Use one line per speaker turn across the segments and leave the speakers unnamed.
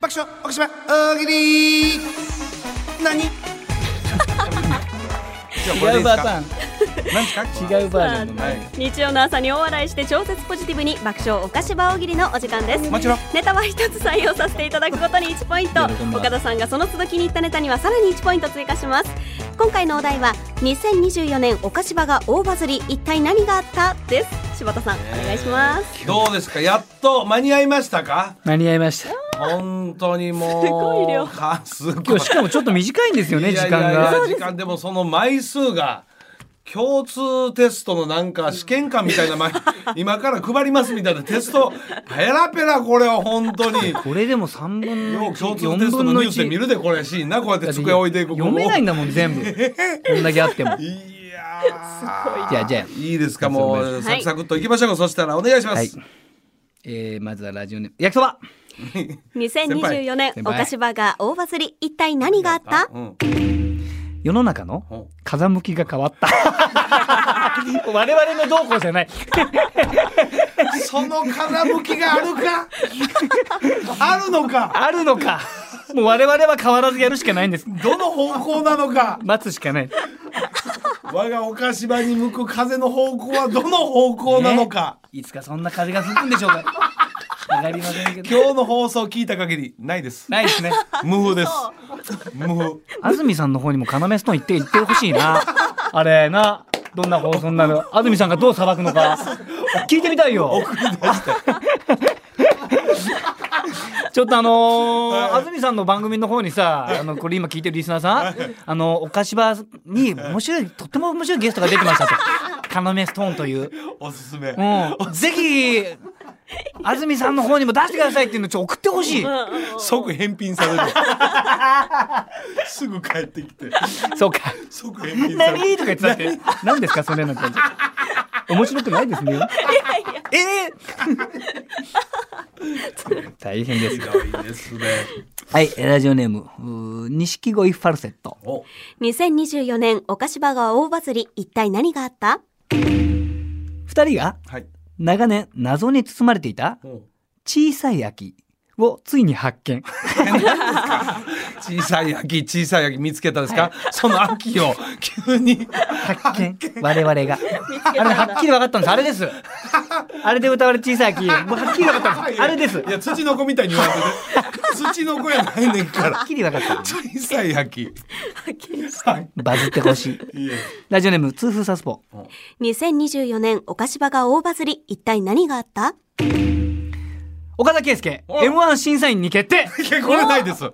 爆笑奥島大喜利 何
じゃあこれでい
違
ういで
バ
すか
ータ
何ですか
ーン違うバージョンの
はい
日曜の朝に大笑いして超絶ポジティブに爆笑おかしば大喜利のお時間です
もちろん
ネタは一つ採用させていただくことに1ポイント
喜んだ
岡田さんがその都度気に入ったネタにはさらに1ポイント追加します今回のお題は2024年岡島が大バズり一体何があったです柴田さん、お願いします
どうですかやっと間に合いましたか
間に合いました
本当にもう
すごい量
かすごい
今日しかもちょっと短いんですよね時間
いやいやいや
が
時間でもその枚数が共通テストのなんか試験官みたいな 枚今から配りますみたいなテストペラペラこれは本当に。
これでも三分の
よう共
一
通
四
テスト
分
の
の
ニュースで見
一
るでこれシーンなこうやって机置いていく
読めないんだもん全部こんだけあっても
い
じ
や
ゃあじゃあ
ーいいですかも
は
うサクサクっといきましょうそしたらお願いしま
はい
す、
えー、まずはラジオネーム焼きそば
2024年
先輩
岡島が大バズり一体何があった
うん
世の中の
ほ
風向きが変わ った我々のどうこうじゃない
その風向きがあるか あるのか
あるのかもう我々は変わらずやるしかないんです
どの方向なのか
待つしかない
我が岡島に向く風の方向はどの方向なのか、
ねいつかそんな風が吹くんでしょうかわかりませんけど
今日の放送を聞いた限りないです
ないですね
無風です無風
安住さんの方にも要ストーン行って行ってほしいなあれなどんな放送になる安住さんがどうさばくのか聞いてみたいよちょっとあのー安住さんの番組の方にさあのこれ今聞いてるリスナーさんあのお菓子場に面白いとっても面白いゲストが出てましたと要ストーンという
おすすめ、
うん、ぜひ安住さんの方にも出してくださいっていうのちょっと送ってほしい
即返品される すぐ帰ってきて
そうか
即返品される
何とか言ってたって何ですかそれなんて面白くないですねええ大変ですよ
ひどいですね
はいラジオネームうー錦鯉ファルセット
お
2024年岡島が大バズり一体何があった
二人が
はい
長年謎に包まれていた
お
小さい秋をついに発見
小さい秋小さい秋見つけたですか、その秋 を急に
発見我々があれ はっきり分かったんですあれですあれで歌われる小さい秋もうはっきり分かったんですあれです
いや土の子みたいに言われて て土の子やないねんから
はっきり分かった
小さい秋
バズってほしい
いや
ラジオネーム痛風サスポ
2024年岡島が大バズり一体何があった
岡田圭佑 M1 審査員に決 定
いやこれないです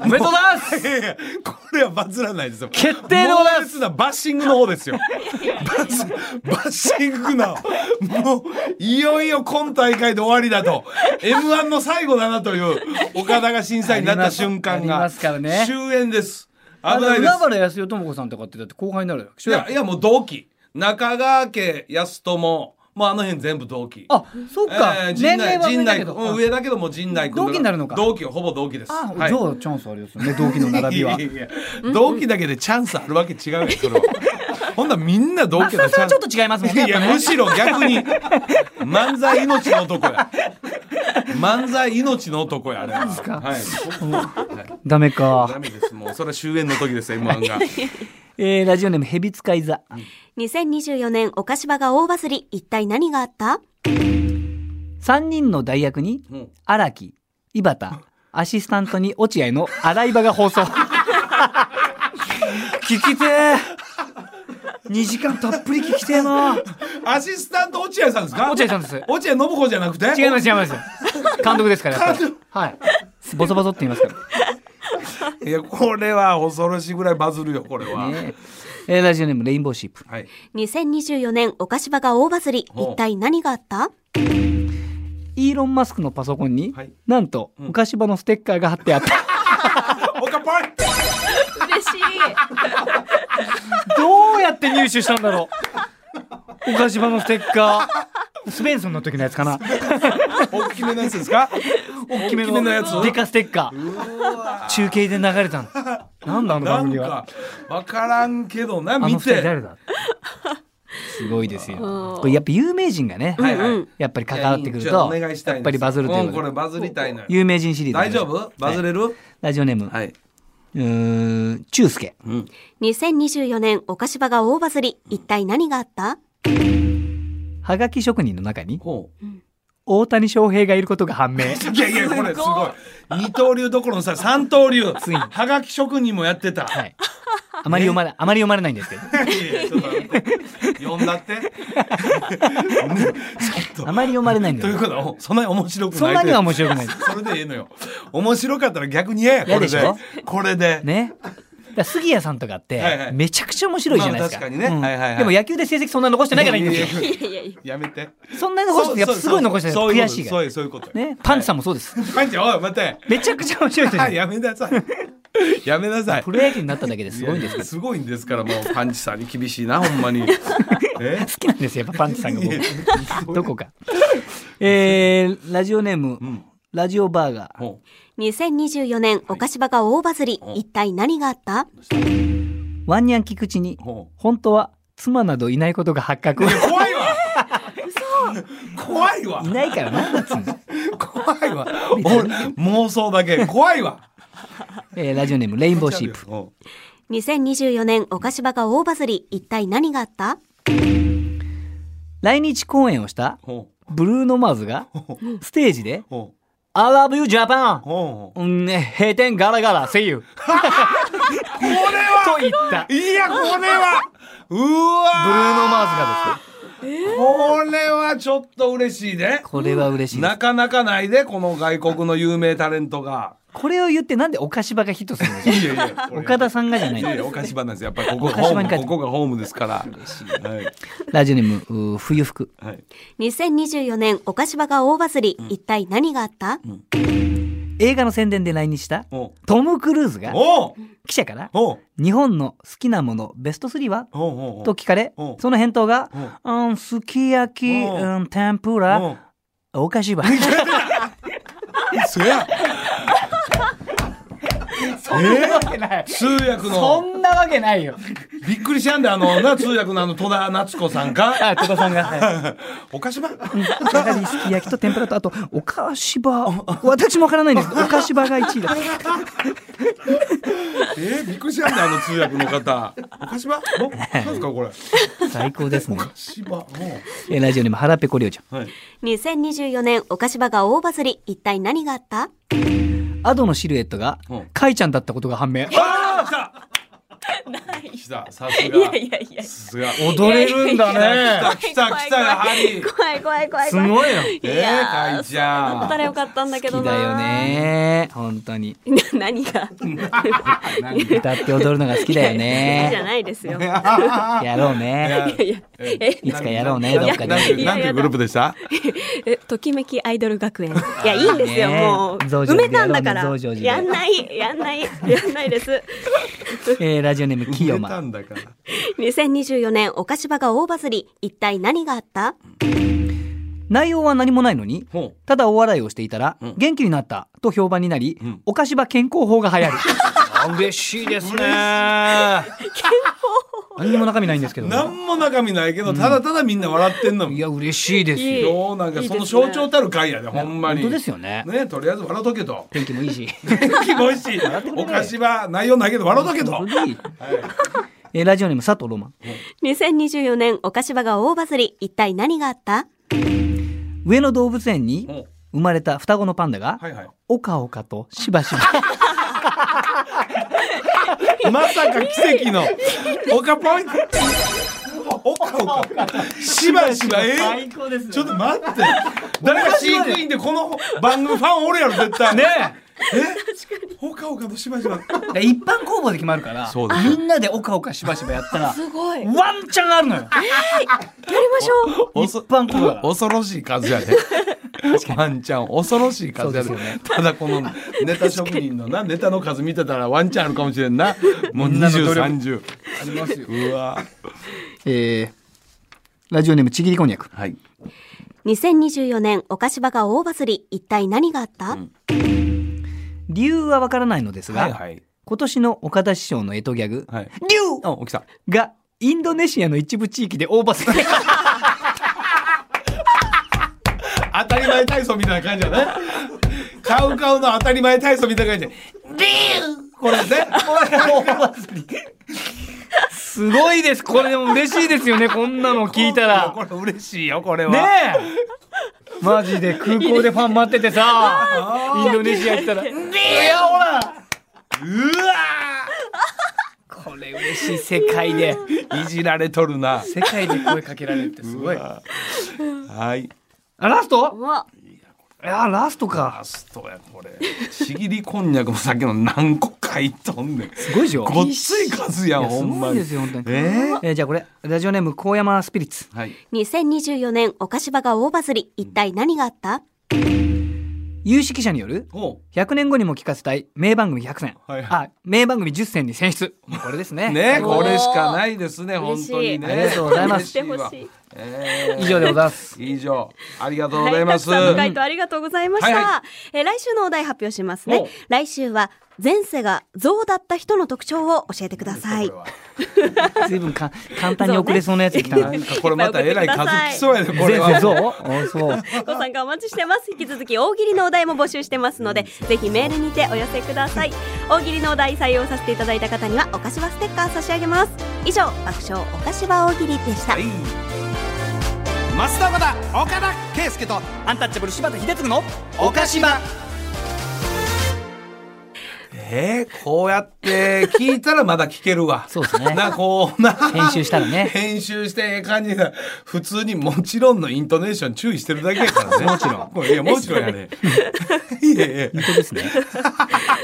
おめでとうございます
いやいやこれはバズらないですよ。
決定でございます
す。なバッシングの方ですよ。バズバッシングな、もう、いよいよ今大会で終わりだと、M1 の最後だなという、岡田が審査員になった瞬間
あり
が、
ますからね
終焉です。
あ
危ないで
の
す
海。原康代智子さんとかってだって後輩になるよ
いや、いやもう同期。中川家、安友、もうあの辺全部同期。
あそっか、
えー陣
年齢
内
は上
陣
だけ
内
ど、
うん上だけどもう陣内君と
同期になるのか
同期ほぼ同期です
あ、
はい
じゃあチャンスありますよね同期の 並びはい
やいやいや同期だけでチャンスあるわけ違うよそれは ほんならみんな同期の
増田
チャ
さんは
ン
ち
ス
ょっと違いますもんね
い
や
や
っぱね
むしろ逆に漫才命の男や漫才命の男やあれは
か
はい、はい、
ダメ
ダ
か、
メですもうそれは終焉の時ですよ M1 が
えー、ラジオネームヘビ使い座
2024年岡島が大バズり一体何があった
三人の代役に
うん
荒木 井端アシスタントに落合の洗い場が放送聞きて え2時間たっぷり聞きてえな
アシスタント落合さんですか
落合さんです
落合信子じゃなくて
違います違います監督ですからやっぱり
監
はいボソボソって言いますから
いやこれは恐ろしいぐらいバズるよこれは、
ねえーラジオネームレインボーシープ
はい
2024年岡島が大バズり
お
一体何があった
イーロン・マスクのパソコンに、
はい
なんとお菓子場のステッカーが貼ってあった
おかぱい
嬉しい
どうやって入手したんだろうお菓子場のステッカースペンソンの時のやつかな
大きめのやつですか
大
大きめのやつ
デカステッカー中継で流れたのなんだあの
な
番
ん
組は
か分からんけどな
あの
見
二人
て
誰だ
す
すごいですよ
うん
これやっぱ有名人がね、
はいはい
うん
やっぱり関わってくる
いやちょっ
と
お願いしたいんです
やっぱりバズるといううん
これバズりたいのよ
有名人シリーズ
大丈夫バズれる
ラジオネーム、
はいう
ーん中介
うん
2024年お菓子場が大バズり一体何があった
はがき職人の中に
ほう
大谷翔平 がいることが判明
いやいやこれすごい 二刀流どころのさ三刀流はがき職人もやってた
はいあまり読まれあまり読まれないんですけど
いやいやちょっと待って呼んだって
あまり読まれないんだ
という
よ
ことはそんなに面白くない
そんなには面白くな い
それでええのよ面白かったら逆に嫌やこれで
嫌でしょ
これで、
ねだから杉谷さんとかって
はいはい
めちゃくちゃ面白いじゃないですか,、
まあ確かにねはいはいはい
でも野球で成績そんな残してないからいいんですよ
いやいや
いやいやいや
やめて
そんなに残してやっぱすごい残してない
そうそう
悔
そう
しい
そ
か
ういうそういうこと
ら、ね、パンチさんもそうです、
パンチおい待て
めちゃくちゃ面白いですよ
やめなさいやめなさい
プロ野球になっただけですごいんです
い
け
や
ど
すごいんですからもうパンチさんに厳しいなほんま にえ
好きなんですよやっぱパンチさんが
いや
僕どこかえー、ラジオネーム、
ん
ラジオバーガー
ほ
2024年お菓子場が大バズり
はい
一体何があった
ワンニャン菊池に
うほう
本当は妻などいないことが発覚い
怖いわ怖いわ
ないからなんだ っつうんだ、
怖いわ俺妄想だけ怖いわ
えー、ラジオネームレインボーシープ
プ
2024年お菓子場が大バズり一体何があった
来日公演をした
ほう
ブルーノ・マーズ がステージで
ほう
「I love you Japan
ほ」う
うんね閉店ガラガラ See you これはと言った
いやこれはう
ブルー
わ
ノ・マーズがですね
これはちょっと嬉しいね
これは嬉しいです
なかなかないでこの外国の有名タレントが
これを言ってなんでお菓子場がヒットするの
いやいや
岡田
ん
さんがじゃないい
やいやお菓子場なんですよやっぱりここが
お菓
ホ
子場
ー
に
ム
帰っ
こ
て
こがホームですからはい
ラジオネームうー冬服
はい
2024年お菓子場が大バズり一体何があった
映画の宣伝で来日した
おう
トム・クルーズが
おう
記者から
おう
「日本の好きなものベスト3は?」
おうおうおう
と聞かれ
お
その返答が「
お
うんすき焼き
お
うん天ぷ
おう
らお菓 子場」
そや
そんなわけない
通訳
そ
の
んなわけないよ
びっくりしやんであのな通訳のあの戸田夏子さんか
あ戸田さんがはい
お菓子場
やはりすき焼きと天ぷらとあとお菓子場私もわからないんですけどお菓子場が1位だ
えー、びっくりしやんであの通訳の方お菓子場おなんですかこれ
最高ですね
お菓子場おう
えラジオネーム腹ペコりょうちゃん
はい
2024年お菓子場が大バズり一体何があった
アドのシルエットが
うん
カイちゃんだったことが判明
ああ来た来たさすが
いやいや
さすが
踊れるんだね
来た来た来たやはり
怖い怖い怖い
す
怖い
ごいよ
えー、かいちゃ
だ
ん
ったらよかったんだけ
好
ど
き
な
だよね本当に
な何が
歌って踊るのが好きだよ
好きじゃ
ね
ないですよい
やろうね
やいやえ
いつかやろうねどっかで
なんていう
いや
なんていうグループでした
えときめきアイドル学園いやいいんですよ
ねえ
もう
増
埋
上寺
めたんだから
やろうね増上寺で
やんないやんないやんないです
えーラジオネー ムキヨ
出た
マ
んだから
2024年お菓子場が大バズり一体何があった
内容は何もないのに
ほう
ただお笑いをしていたら
うん
元気になったと評判になり
ん
お菓子場健康法が流行る嬉しいですね何にも中身ないんですけどね
何も中身ないけどただただみんな笑ってんのも
いや嬉しいです
いい
よ。
今日なんかその象徴たる回やでほんまに
本当ですよね。
ねとりあえず笑うとけと
天気もいいし。
気持ちいいお菓子は内容ないけど笑うとけと
本当にいいえーラジオネーム佐藤ロマン。
2024年お菓子場が大バズり一体何があった
上野動物園に
うん
生まれた双子のパンダが、
はいはい
おかおかとしばしば。
まさか奇跡のオカポイント。オカオカ。しばしばえ
高です
ちょっと待って。誰か飼育員でこの番組ファンおるやろ絶対。
ね
え。オカオカとしばしば。
え。一般公募で決まるから、
そうです
みんなでおかおかしばしばやったら、
すごいやり
ワンチャンあるのよ。
ましょう
お
一般公募だから。
恐ろしい数やね。ワンちゃん恐ろしい数やで
そうですよね
ただこのネタ職人のなネタの数見てたらワンちゃんあるかもしれんなもう
みんなの努力
2030ありますようわ
えーラジオネームちぎりこんにゃく。
はい
2024年お菓子場が大バズり一体何があった、
理由はわからないのですが、
はいはい
今年の岡田師匠のエトギャグ、
はい
竜
あ起きた
がインドネシアの一部地域で大バズり。
当たり前体操みたいな感じだね。カウカウの当たり前体操みたいな感じで。 これね。
すごいです。これでも嬉しいですよね。こんなの聞いたら。
これ嬉しいよ、これは。
ねえ。マジで空港でファン待っててさ、インドネシア行ったら。いや、ほら
う
これ嬉しい、世界で。
わ ーいじられとるな。
世界で声かけられるってすごい。あ、
はい。
ラスト
うわ
いや、ラスト
ラ
か。
ストや、これ。ちぎりこんにゃくもさっきの何個かいとんねん。
すごいでしょ
ごっつい数やん、
いや
ほんます
ごいで
に。
すよ、本当に。
えー
えーじゃあこれ、ラジオネーム、高山スピリッツ。
はい。
2024年お菓子場が大バズり一体何があった
有識者による
お
100年後にも聞かせたい名番組100選、
はい
あ名番組10選に選出もうこれですね
ね
おー
これしかないですね、
嬉
本
しい
当にね。
ありがとうございます
してほしい
えー
以上でござい ます
以上、ありがとうご
は
ざい
い、
ま
たく
す。
さんの回答ありがとうございました。
はいは
えー来週のお題発表します
お
ね。来週は前世が象だった人の特徴を教えてください。
これは
随分か簡単に遅れそうなやつ来たな
なんかこれまたえらい数きそうやで、これは。
前世像 おそう
ご参加お待ちしてます。引き続き大喜利のお題も募集してますので、ぜひメールにてお寄せください。大喜利のお題採用させていただいた方にはお菓子場ステッカー差し上げます。以上、爆笑お菓子場大喜利でした。
増田岡田岡田圭佑と
アンタッチャブル柴田秀嗣の
岡島
えー、こうやって聞いたらまだ聞けるわ。
そうですね
な、こうな。
編集したらね
編集してええ感じだ。普通にもちろんのイントネーション注意してるだけやからね。もちろん。これいや、もちろんや ね。いやいや。ですね。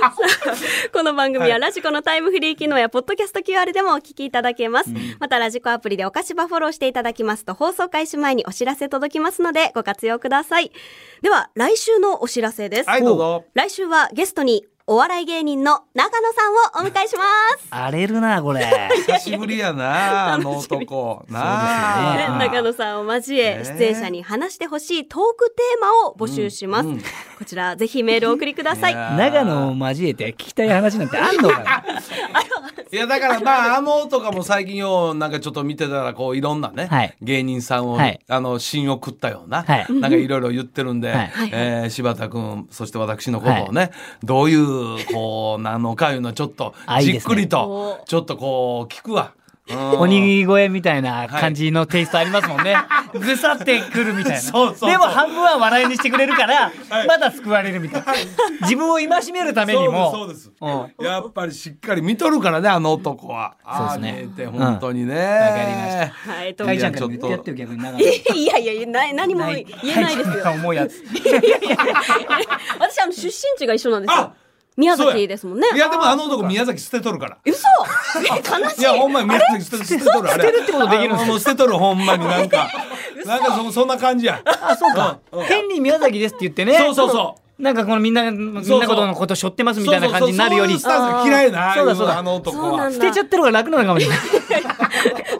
この番組
は
はいラジコのタイムフリー機能やポッドキャスト QR でもお聞きいただけます。またラジコアプリでお菓子場フォローしていただきますと放送開始前にお知らせ届きますのでご活用ください。では来週のお知らせです。
はい、どうぞ。
来週はゲストにお笑い芸人の長野さんをお迎えします。
荒れるなこれ
久しぶりやな、あの男。
ね
なあ。
長野さんを交え
ね
出演者に話してほしいトークテーマを募集します。こちらぜひメールをお送りください。
や
長野を交えて聞きたい話なんてあんのかない
やだからまああのとかも最近ようなんかちょっと見てたらこういろんなね、
はい
芸人さんを、
はい
あの芯を食ったような、
はい
なんかいろいろ言ってるんで、
はい
えー柴田君そして私のことをね、どういうこうなのかいうのをちょっと
あいい
じ
です
っ
ね
くりと
お
ちょっとこう聞くわ。うん
鬼声みたいな感じのテイストありま すもんね、ぐさってくるみたいな
そうそうそう
でも半分は笑いにしてくれるから、まだ救われるみたいな、自分を戒めるためにも
そうですそうです
うん
やっぱりしっかり見とるからねあの男は。
そうですね
ああ見えて本当にね。わ、
かりまし
はい、と
は
か
い
いちゃん
ち
か
ょ
ら
っと
言ってやってよ逆に長野
いやいやいやな何も言えないですよ。
思 うやつ。
私あの出身地が一緒なんですよ
あ。
宮崎ですもんね。
いやでもあの男宮崎捨てとるから。
嘘。悲し
い
い。
やほんまに宮崎捨て捨てとるあれ。
捨てるってことできるんですか
あもう捨てとるほんまになん か。なんかそそんな感じや。
あ、そうか。変に宮崎ですって言ってね。
そうそうそ
なんかこのみんな、みんなことのことしょってますみたいな感じになるより。
そうそうそうそういうスタンス嫌いなああい
そうだそう
う
だ
あの男
そうな
は
ん。だ
捨てちゃってる方が楽なのかもしれない。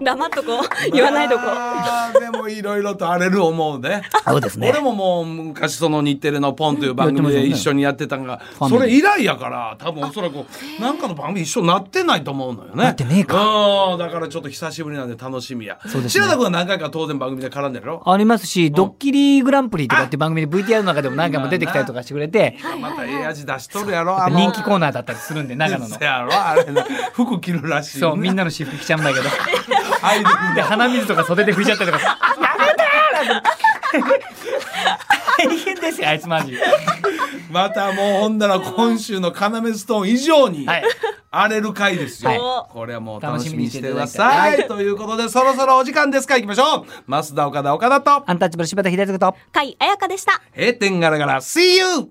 黙っとこう。 言わないとこ。
あーでもいろいろと荒れる思うね。
そうです
俺ももう昔その日テレのポンという番組で一緒にやってたんが、
ましたね
それ以来やから、多分おそらくなんかの番組一緒になってないと思うのよね。
なってねえ
か。だからちょっと久しぶりなんで楽しみや。
そうですね
白田君は何回か当然番組で絡んでる やろ
ありますし、ドッキリグランプリとかって番組で VTR の中でも何回も出てきたりとかしてくれて、
またええ味出しとるやろ、あの
人気コーナーだったりするんで、長野の
せ。やろあれね服着るらしいね。
そう、みんなの私服着ちゃうんだけど。
アイドルみた
で、
い
鼻水とか袖で拭いちゃったりとか。やめて 大変ですよ、あいつマジ。
またもうほんなら今週の要ストーン以上に
はい
荒れる回ですよ、
はい
これはもう楽しみにしてください
楽しみにしていただい
と
て
いうことでそろそろお時間ですから行きましょう増田岡田岡田と
アンタッチャブル柴田秀嗣と。
甲斐彩香でした。
閉店ガラガラ See you!